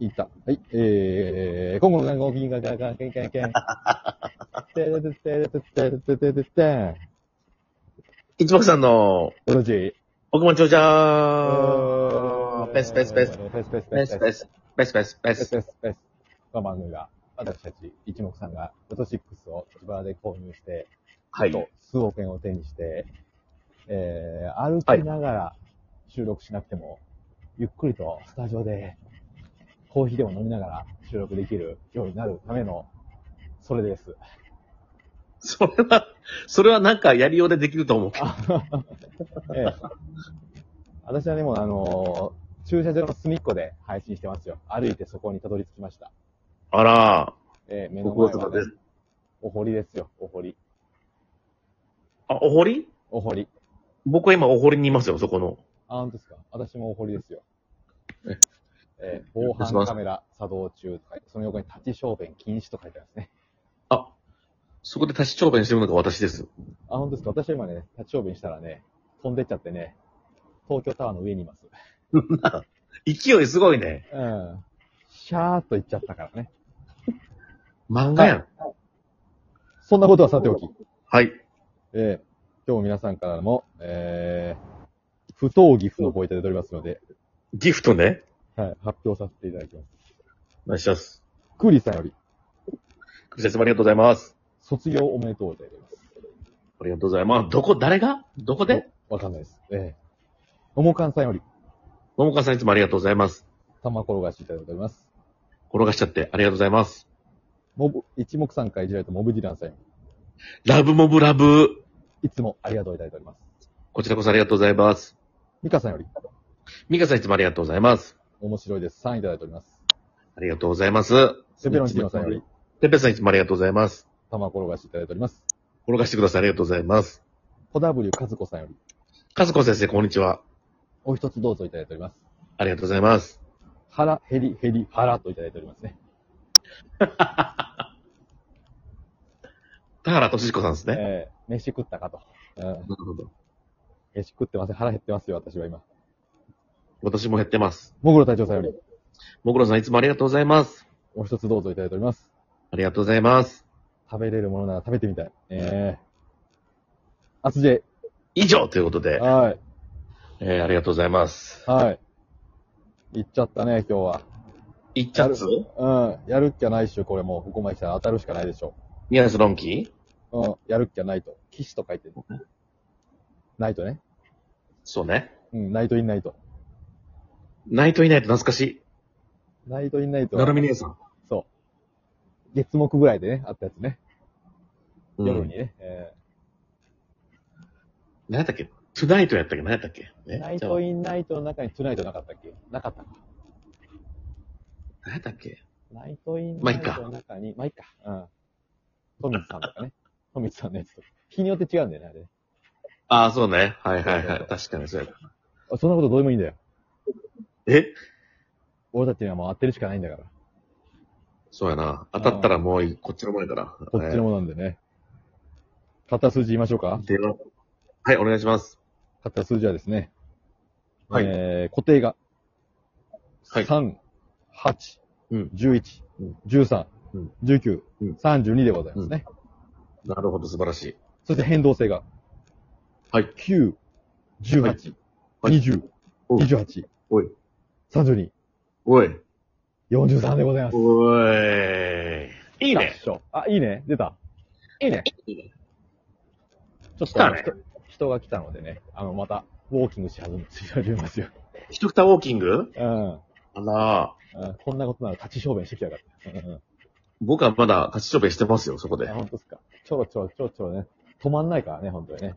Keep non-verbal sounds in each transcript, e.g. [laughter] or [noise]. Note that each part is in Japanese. いた。はい。えー、今後の看護金が、が、が、けんけんけん。てれててれててれててててん。一目さんの、よろしい。奥間長えー者ペスペスペス。。ペスペスペペスス。ペス。ペスペスペペスス。ペスペス。この番組が、私たち一目さんが、ロト6を自腹で購入して、はとい。数億円を手にして、えー、歩きながら収録しなくても、ゆっくりとスタジオでコーヒーでも飲みながら収録できるようになるための、それです。それは、それはなんかやりようでできると思うけど。ええ、私はね、もうあのー駐車場の隅っこで配信してますよ。歩いてそこにたどり着きました。あら、ええ、目ごの苦前は、労様でねす。、お堀ですよ、お堀。あ、お堀お堀。僕は今お堀にいますよ、そこの。あ、本当ですか私もお堀ですよえ。ええ、防犯カメラ作動中とか、その横に立ち小便禁止と書いてあるんですね。あ、そこで立ち小便してるのが私です。あ、本当ですか私は今ね、立ち小便したらね、飛んでっちゃってね、東京タワーの上にいます。勢いすごいね。うん。シャーっと行っちゃったからね。漫画やん。そんなことはさておき。はい。えー今日も皆さんからも、えー、不当ギフの方いただいておりますので、ギフトね。はい、発表させていただきます。お願いします。クーリーさんより、ご説明ありがとうございます。卒業おめでとうでございます。ありがとうございます。どこ、誰がどこでわかんないです。えー、ももかんさんより、桃川さんいつもありがとうございます。玉転がしいただいております。転がしちゃってありがとうございます。もぶ、一目散会いじられたモブディランさんよラブモブラブ。り、いつもありがとういただいております。こちらこそありがとうございます。ミカさんより、ミカさんいつもありがとうございます。面白いです。3位いただいております。ありがとうございます。セペロンチーノさんより、てっぺさんいつもありがとうございます。玉転がしいただいております。転がしてください。ありがとうございます。小 W 和子さんより、かずこ先生、こんにちは。お一つどうぞいただいております。ありがとうございます。腹、ヘリ、ヘリ、腹といただいておりますね。田原俊彦さんですね。えー、飯食ったかと。うんなるほど。飯食ってません。腹減ってますよ、私は今。私も減ってます。もぐろ隊長さんより、もぐろさんいつもありがとうございます。お一つどうぞいただいております。ありがとうございます。食べれるものなら食べてみたい。ええあつじ以上ということで、はい。えー、ありがとうございます。はい。行っちゃったね、今日いっちゃっつは。うん。やるっきゃないっしょ、これもう。ここまで来たら当たるしかないでしょ。ニアレスロンキーうん。やるっきゃないと。騎士と書いてる。ないとね。そうね。うん。ナイトインナイト。ナイトいないと懐かしナイトインナイい。トはなるみ姉さん。そう。月木ぐらいでね、あったやつね。うん夜にね。え何やったっけトゥナイトやったっけ何やったっけえねナイじゃトインナイトの中にトゥナイトなかったっけなかったか。あ何やったっけナイトインまあナイいいかトの中に、まあいいか。うん。トミツさんとかね。 [laughs] トミツさんのやつとか。日によって違うんだよね、あれ。ああ、そうね。はいはいはい。確かにそうやった。あそんなことどうでもいいんだよ。え俺たちにはもう当てるしかないんだから。そうやな。当たったらもういいこっちのもんやから。こっちのものなんでね。片数字言いましょうかえー。では、はい、お願いします。片数字はですね。はいえー、固定が。はい3、8、うん11うん、 13うん、 19うん、 32でございますね。なるほど、素晴らしい。そして変動性が。はい。 9、18、20、おい28、おい、 32、おい、 43でございます。おい。い来いたねっ。しょ。あ、いいね。出た。いいね。いいねちょっ来とあたの、ね人人が来たのでね、あの、また、ウォーキングし始め、し始めますよ。一桁ウォーキングうん。うんあらこんなことなら立ち小便してきやがって。うんうん僕はまだ立ちそべしてますよ、そこであ、。本当ですか。ちょろちょろちょろちょろね。止まんないからね、本当にね。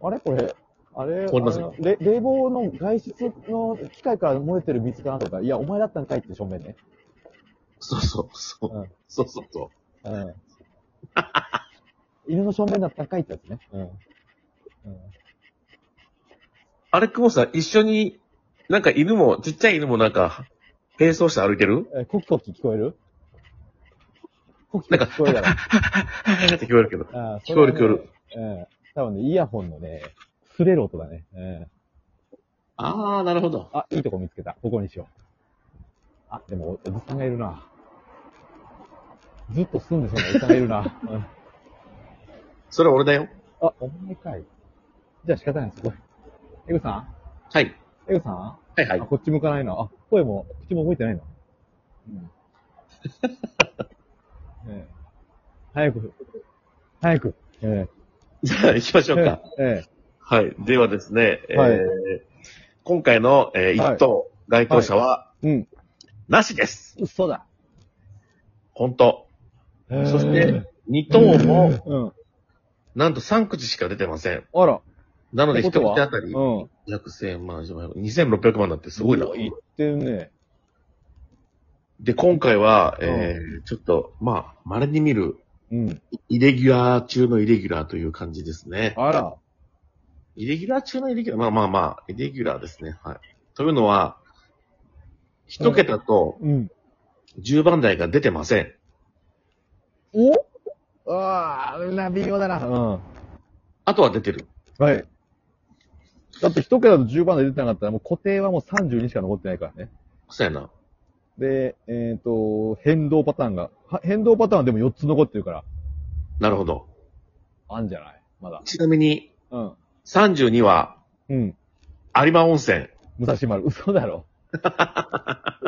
あれこれ、あれ止まりませんあのれ冷房の外出の機械から漏れてる水かなとか、いや、お前だったんかいって正面ね。。そうそうそううんそうそうそう。 [laughs] うん。犬の正面だったんかいってやつね。うん。うんあれ、久保さん、一緒に、なんか犬も、ちっちゃい犬もなんか、並走して歩いて [laughs] るえー、コキコキ聞こえるコキなコんキか、聞こえるから。って聞こえるけど。 [laughs] あー聞こえる聞こえる。それはねうん。多分ね、イヤホンのね、擦れる音だね。うん。ああ、なるほど。あ、いいとこ見つけた。ここにしよあ、でも、おじさんがいるな。ずっと住んでそうなおじさんがいるな。うんそれ俺だよ。あ、お前かい。じゃあ仕方ない、すごい。エグさんはい。エグさんはいはあ、い。こっち向かないな。あ、声も、口も動いてないな。うん。 [laughs] ねえ早く、早く。え [laughs] じゃあ行きましえょうか。えはい。ではですね、えーはい今回の、えーはい一等該当者は、えうん。なしです。嘘だ。本当。そしえてえ、、二等も、うん。なんと三口しか出てません。あら。なので、って一こと口はあたり、うん。約千万、2600万だってすごいな。言ってるね。で、今回は、うんえー、ちょっと、まあ、稀に見る、うん。イレギュラー中のイレギュラーという感じですね。あら。イレギュラー中のイレギュラー、まあまあまあ、イレギュラーですね。はい。というのは、一桁とうん。 10番台が出てません。おああ、な、微妙だな。うん。あとは出てる。はい。だって一桁と10番で出てなかったら、もう固定はもう32しか残ってないからね。そうやな。で、えっ、と、変動パターンが、は変動パターンはでも4つ残ってるから、なるほど。あんじゃないまだ。ちなみに、うん。 32は、うん。有馬温泉。武蔵丸、嘘だろ。 [laughs] う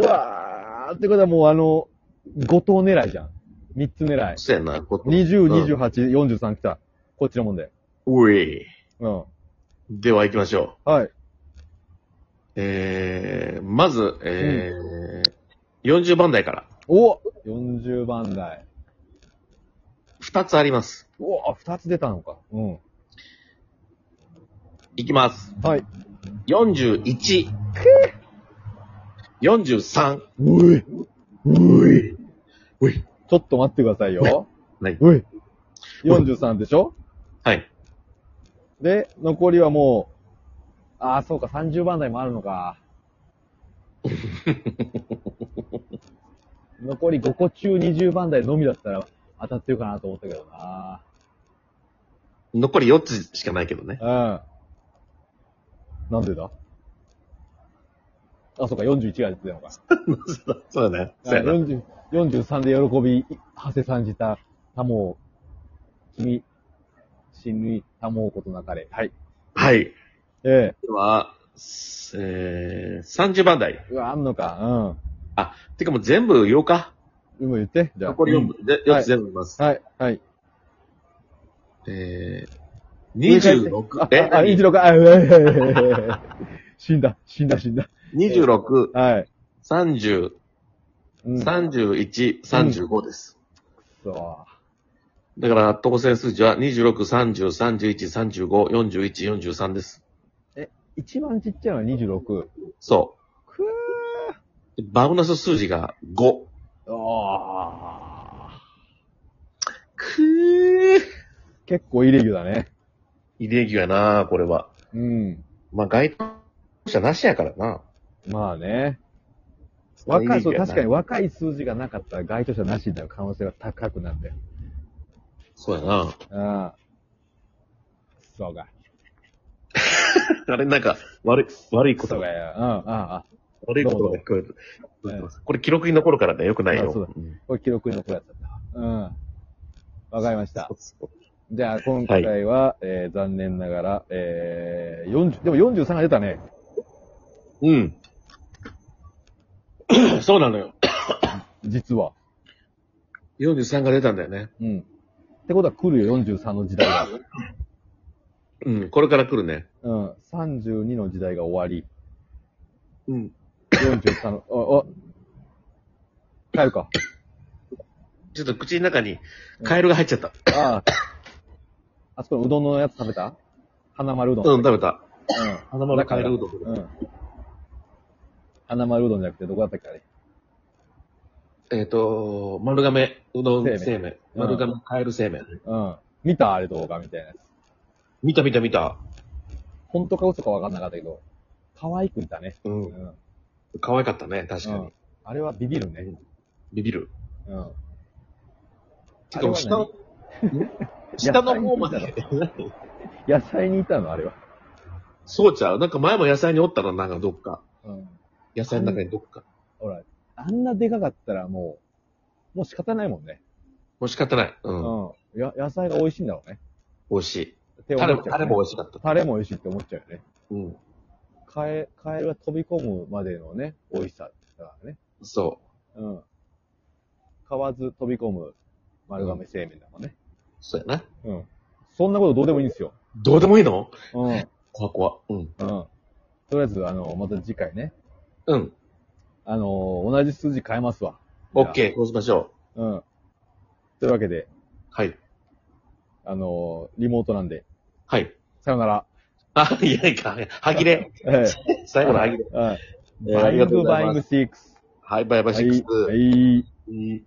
わーってことはもうあの、5等狙いじゃん。3つ狙い。そうやな。こ20、うん28、43来た。こっちのもんで。うい。うん。では行きましょう。はい。えー、まず、えー40番台からお !40 番台。 2つあります。うわー、2つ出たのか。うん。いきます。はい。 41。43。うい。うい。うい。ちょっと待ってくださいよ。はい。うい。43でしょはい。で、残りはもう、ああ、そうか、30番台もあるの [laughs] か。残り5個中20番台のみだったら当たってるかなと思ったけどな。残り4つしかないけどね。う [laughs] ん。なんでだあ、そうか、41が出てたのか。そうだね。そうやな。 40 43で喜び、はせさんじた、たもう、君、死に、たもうことなかれ。はい。はい。えでは、すえー、30番台え。うわ、あんのか。あ、てかもう全部言おうか。うん。今言って、じゃあ。残り4分。で4つ全部言います。はい、はい。えー、26。えあ、何26か。あ、ええ死んだ、死んだ、死んだ。 ?26、はい。 30、うん、 31、35です。そだから、当選数字は26、30、31、35、41、43です。う。一番ちっちゃいのは26。そくう。でバウナス数字が5。ー。あくー。ー結構イレギュだね。イレギュやなこれは。うん。まあ、該当者なしやからな。まあね。若い、そう、確かにに。若い数字がなかったら該当者なしになる可能性が高くなるんだよ。そうやな。 [laughs] ああ。そうか。あれ、なんか、悪い、悪いこそとうかが、よ。うん、ああ、悪いことが聞こえるどうぞ。これ記録に残るからね、よくないあよ。そうだんこれ記録に残るやつだった。うん。わかりました。じゃあ、今回は、えー、残念ながら、えー、40、でも43が出たね。うん。 [coughs] そうなのよ。実は。 43が出たんだよね。うん。ってことは来るよ、43の時代が。うん、これから来るね。うん。32の時代が終わうん。り。43の、あ、あ、帰るか。ちょっと口の中にカエルが入っちゃった。ああ。あそこのうどんのやつ食べた花丸うどん。うん、食べた。う花丸丸カカエエルルううどん。ん。うん。花丸うどんじゃなくて、どこだったっけあれ。えっ、と、丸亀うどん製麺製麺。うん丸亀カエル製麺。うん。見たあれ動画みたいなやつ。見た見た見た。本当か嘘かわかんなかったけど、可愛く見たね。う。うんん。可愛かったね、確かに。うんあれはビビるね。ビビる。うん。てか、下の、 [laughs] 下の方まで。野菜にいたの、あれは。そうちゃう。なんか前も野菜におったの、なんかどっか。うん。野菜の中にどっか。ほら、あんなでかかったらもう、もう仕方ないもんね。もう仕方ない。ううん。ん。や野菜が美味しいんだろうね。美味しい。ってタレ思っも、ちタゃうレよねも美味しかった。タレも美味しいって思っちゃうよね。うん。カエカエルが飛び込むまでのね、美味しさだからね。そうん。買わず飛び込む丸亀製麺だもんね。う。そうやな。うん。そんなことどうでもいいんですよ。どうでもいいのうん。うん。怖怖。うん。とりあえず、あの、また次回ね。うん。あの、同じ数字変えますわ。オッケー、こうしましょー。うん。というわけで、う。はい。あの、リモートなんで、はい。さよなら。あ、いやいか。歯切れ。 [laughs] え最後の歯切れ。え。はい。えーありがとうございバイングますバイング6。はい、バイバイシックス。はい。はいいい